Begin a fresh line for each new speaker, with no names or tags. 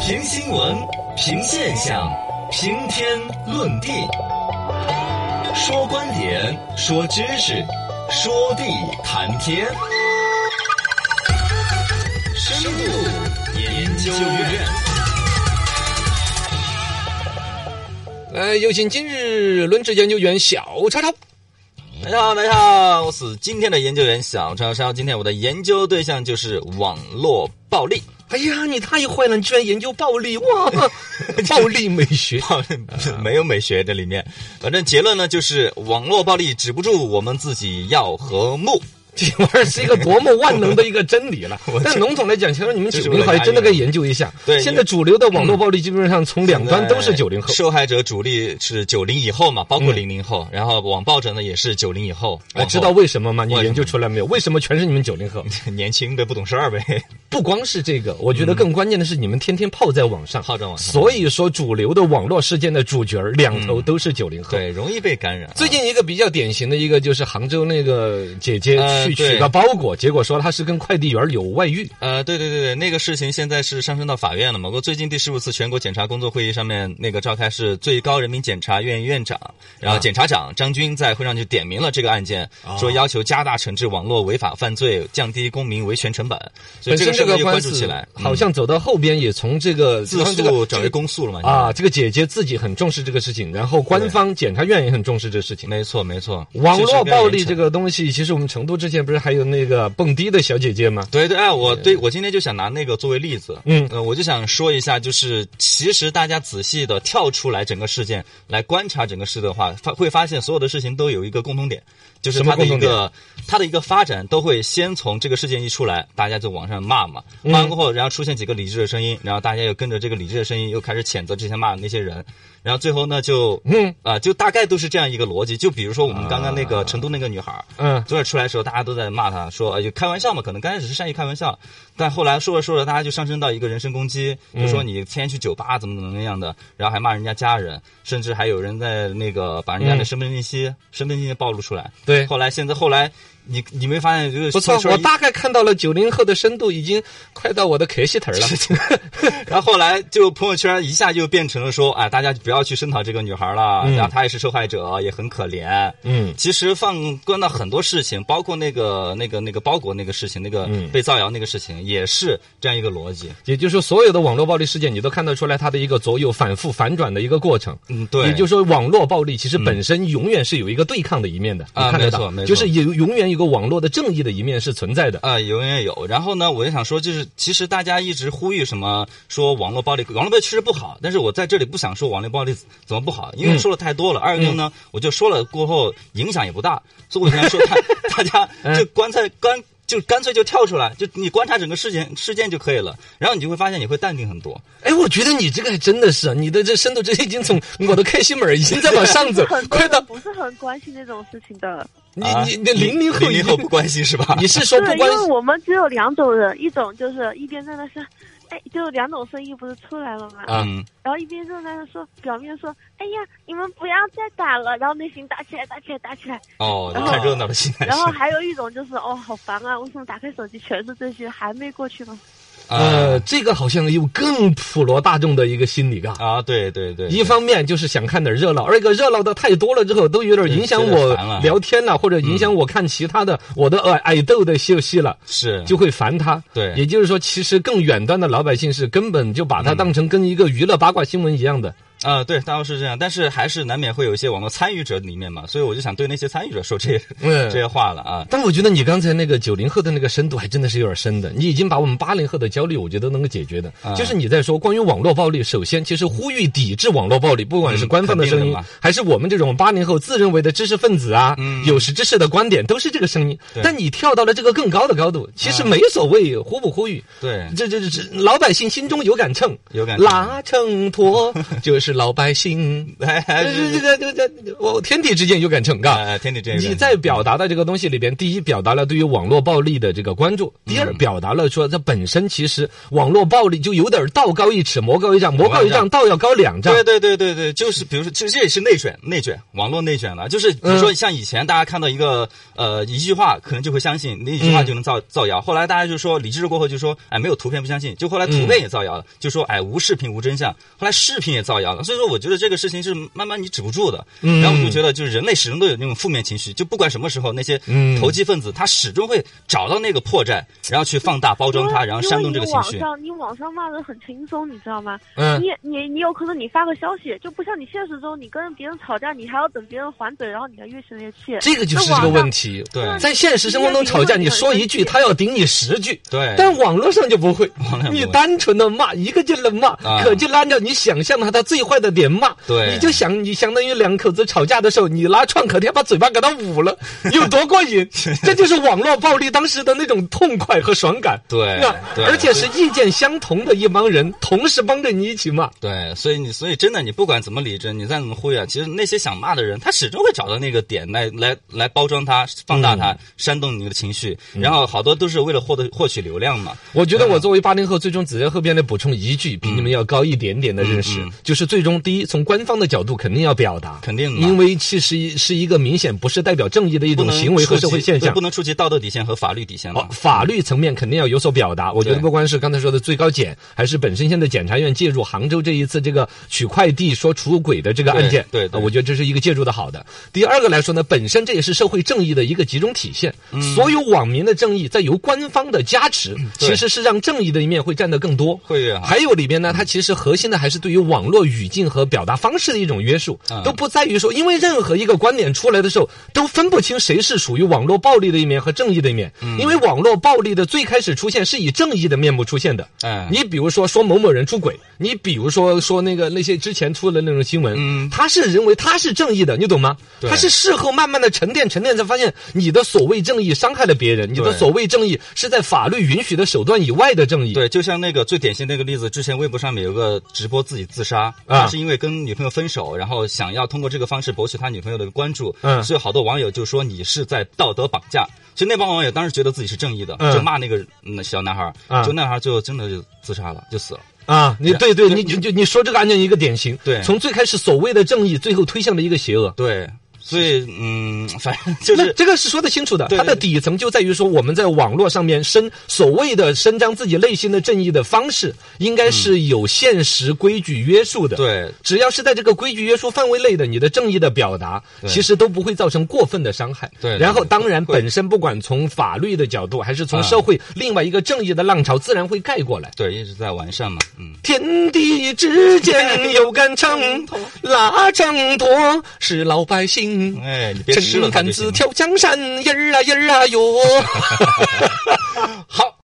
评新闻，评现象，评天论地，说观点，说知识，说地谈天，深度研究院。
呃，有请今日轮值研究员小超超。
大家好，大家好，我是今天的研究员小超超。今天我的研究对象就是网络暴力。
哎呀，你太坏了！你居然研究暴力哇！ 暴力美学，
暴力没有美学这里面，反正结论呢就是网络暴力止不住，我们自己要和睦。
这玩意儿是一个多么万能的一个真理 了。但笼统来讲，其实你们九零后还真的可以研究一下。
对
现在主流的网络暴力基本上从两端都是九零后。
受害者主力是九零以后嘛，包括
嗯
零零后，然后网暴者呢也是九零以后。
我
然后
知道为什么吗？你嗯
为什么
研究出来没有？为什么全是你们九零后？
年轻呗，不懂事 儿呗，
不光是这个，我觉得更关键的是你们天天嗯泡在网上，嗯
好整网上
所以说主流的网络事件的主角儿两头都是九零后。
对，容易被感染啊。
最近一个比较典型的一个就是杭州那个姐姐
呃
去
对
取个包裹，结果说她是跟快递员儿有外遇。
呃，对对对对，那个事情现在是上升到法院了嘛？不过最近第十五次全国检察工作会议上面，那个召开是最高人民检察院院长，然
啊
后检察长张军在会上就点名了这个案件，
哦
说要求加大惩治网络违法犯罪，降低公民维权成本。所以
本
这个事儿
身这
呢
个
就
官
关注起
司
来，嗯
好像走到后边也从这个
自
这个
诉转为公诉了嘛？
啊，这个姐姐自己很重视这个事情，然后官方检察院也很重视这个事情。
没错没错，
网
是
络
这个
暴力
严
这
惩。
个东西，其实我们成都之前不是还有那个蹦迪的小姐姐吗？
对对，哎，我对我今天就想拿那个作为例子，
嗯
呃，我就想说一下，就是其实大家仔细的跳出来整个事件来观察整个事的话，发会发现所有的事情都有一个共通点，就是
什么
它的
共
一
同点
个它的一个发展都会先从这个事件一出来，大家就往上骂嘛，
嗯
骂完过后，然后出现几个理智的声音，然后大家又跟着这个理智的声音又开始谴责之前骂的那些人，然后最后呢就
嗯
啊、就大概都是这样一个逻辑，就比如说我们刚刚那个成都那个女孩儿，
嗯，
昨天出来的时候，大家都在骂他，说哎就开玩笑嘛，可能刚开始是善意开玩笑，但后来说着说着，大家就上升到一个人身攻击，
嗯
就说你天天去酒吧怎么怎么样的，然后还骂人家家人，甚至还有人在那个把人家的身份信息、身份信息暴露出来。
嗯对。
后来现在后来，你你没发现这个
不错
事，儿
我
一
大概看到了九零后的深度已经快到我的壳西头儿了。
然后后来就朋友圈一下就变成了说，哎，大家不要去声讨这个女孩了，然后她也是受害者，也很可怜。
嗯
其实放观到很多事情，包括那个那个那个包裹那个事情，那个
嗯
被造谣那个事情，也是这样一个逻辑。
也就是说，所有的网络暴力事件，你都看得出来它的一个左右反复反转的一个过程。
嗯，对，嗯
也就是说，网络暴力其实本身永远是有一个对抗的一面的，
啊
你看得到，
没错没错
就是有永远有个网络的正义的一面是存在的。
啊、有也有。然后呢，我就想说，就是其实大家一直呼吁什么说网络暴力，网络暴力其实不好，但是我在这里不想说网络暴力怎么不
嗯
好，因为说了太多了。二个呢，我就说了过后影响也不大，所以我想说大大 家
嗯
就干脆干。就干脆就跳出来，就你观察整个事件事件就可以了，然后你就会发现你会淡定很多。
哎，我觉得你这个还真的是，你的这深度这已经从我的开心门儿已经在往上 走，
很多
快到
人不是很关心这种事情的。
你
啊
你你零零后
零
已
零后啊
经
不，关心是吧？
你是说
对，
不
因
关
为
心？
我们只有两种人，一种就是一边在那说，哎，就两种声音不是出来了吗？
啊
嗯，
然后一边就在那说，表面说，哎呀，你们不要再打了，然后内心打起来，打起来，打起来。
哦，
然后
看热闹的心态
然
是
后还有一种就是，哦，好烦啊，为什么打开手机全是这些，还没过去吗？
呃，
啊
这个好像有更普罗大众的一个心理啊。
啊，对对对，
一方面就是想看点热闹，二一个热闹的太多了之后，都有点影响
对有
我
点烦了
聊天了，或者影响我看其他的我的爱爱豆的秀戏了。
是
就会烦他。
嗯对
也就是说，其实更远端的老百姓是根本就把它
嗯
当成跟一个娱乐八卦新闻一样的。
啊、对，大多是这样，但是还是难免会有一些网络参与者里面嘛，所以我就想对那些参与者说这些、
嗯
这些话了啊。
但我觉得你刚才那个九零后的那个深度还真的是有点深的，你已经把我们八零后的焦虑，我觉得能够解决的。
啊
就是你在说关于网络暴力，首先其实呼吁抵制网络暴力，不管是
嗯
官方的
肯定的
声音，
嘛嗯
还是我们这种八零后自认为的知识分子啊、有识之士的观点，都是这个声音
对。啊
但你跳到了这个更高的高度，其实没所谓呼不呼吁，
对，
这这这这老百姓心中有杆秤，
有杆秤
拉秤砣就是老百姓。
哎 哎，
这这这这这，我天地之间有感情，嘎。
哎，天地这个
你在表达的这个东西里边，第一表达了对于网络暴力的这个关注，
嗯
第二表达了说它本身其实网络暴力就有点道高一尺，魔高一丈，魔高一丈，道要高两丈。
对对对对对，就是比如说，这这也是内卷，内卷，网络内卷了。就是比如说，像以前大家看到一个呃一句话，可能就会相信，那一句话就能造造谣。后来大家就说理智过后就说，哎，没有图片不相信。就后来图片也造谣了，就说哎无视频无真相。后来视频也造谣了。所以说，我觉得这个事情是慢慢你止不住的。然后我就觉得，就是人类始终都有那种负面情绪，就不管什么时候，那些投机分子他始终会找到那个破绽，然后去放大包装它，然后煽动这个情绪
因为你。网上你网上骂的很轻松，你知道吗？
嗯
你你你有可能你发个消息，就不像你现实中你跟别人吵架，你还要等别人还嘴，然后你才越生越气。
这个就是这个问题。
对
在现实生活中吵架，你说嗯一句，他要顶你十句。
对
但网络上就不会
网络上，不会
你单纯的骂，一个劲儿的骂
啊，
可劲儿地按照你想象的他最坏的点骂。
对
你就想，你相当于两口子吵架的时候，你拿创可贴把嘴巴给他 捂了，有多过瘾？这就是网络暴力当时的那种痛快和爽感。
对
那
对
而且是意见相同的一帮人，同时帮着你一起骂。
对，所以你，所以真的，你不管怎么理智，你再怎么忽悠，其实那些想骂的人，他始终会找到那个点来来来包装它、放大
嗯
它、煽动你的情绪，然后好多都是为了获得获取流量嘛。
我觉得我作为八零后，最终只在后边的补充一句，比你们要高一点点的认识，就是最终第一，从官方的角度肯定要表达，
嗯肯定的
因为其实是一个明显不是代表正义的一
不
种
能
行为和
触
社会
及
现
对
象
不。能触及道德底线和法律底线
哦
嘛，。
法律层面肯定要有所表达。我觉得
对
不光是刚才说的最高检，还是本身现在检察院介入杭州这一次这个取快递说出轨的这个案件，
对对对
呃我觉得这是一个介入的好的。第二个来说呢，本身这也是社会正义的一个集中体现。
嗯
所有网民的正义，在由官方的加持，
对
其实是让正义的一面会占得更多。
会啊
还有里边呢，它其实核心的还是对于网络语境和表达方式的一种约束
嗯，
都不在于说，因为任何一个观点出来的时候，都分不清谁是属于网络暴力的一面和正义的一面，
嗯
因为网络暴力的最开始出现是以正义的面目出现的。
哎
你比如说说某某人出轨，你比如说说那个那些之前出的那种新闻，
嗯
他是认为他是正义的，你懂吗？
对
他是事后慢慢的沉淀沉淀，才发现你的所谓正义伤害了别人，你的
对
所谓正义是在法律允许的手段以外的正义。
对，就像那个最典型的那个例子，之前微博上面有个直播自己自杀，
啊
他是因为跟女朋友分手，然后想要通过这个方式博取他女朋友的关注，
嗯
所以好多网友就说你是在道德绑架。就那帮网友当时觉得自己是正义的，
嗯
就骂那个嗯小男孩儿，
嗯
就那男孩儿最后真的就自杀了，就死了。
啊，你
是
对对，
就
你
你
就就你说这个案件一个典型，
对
从最开始所谓的正义，最后推向了一个邪恶。
对，所以嗯，反正就
那
是
这个是说得清楚的，
对
它的底层就在于说，我们在网络上面伸所谓的伸张自己内心的正义的方式，应该是有现实规矩约束的。
嗯对
只要是在这个规矩约束范围内的，你的正义的表达，
对
其实都不会造成过分的伤害。
对对
然后当然
会
本身不管从法律的角度，还是从
啊
社会另外一个正义的浪潮，自然会盖过来。
对一直在完善嘛，嗯，
天地之间有 杆秤，拉秤砣是老百姓。
哎，你别吃
撑
了它
杆
就
子
行了。
跳江山，人儿啊人儿啊哟。好，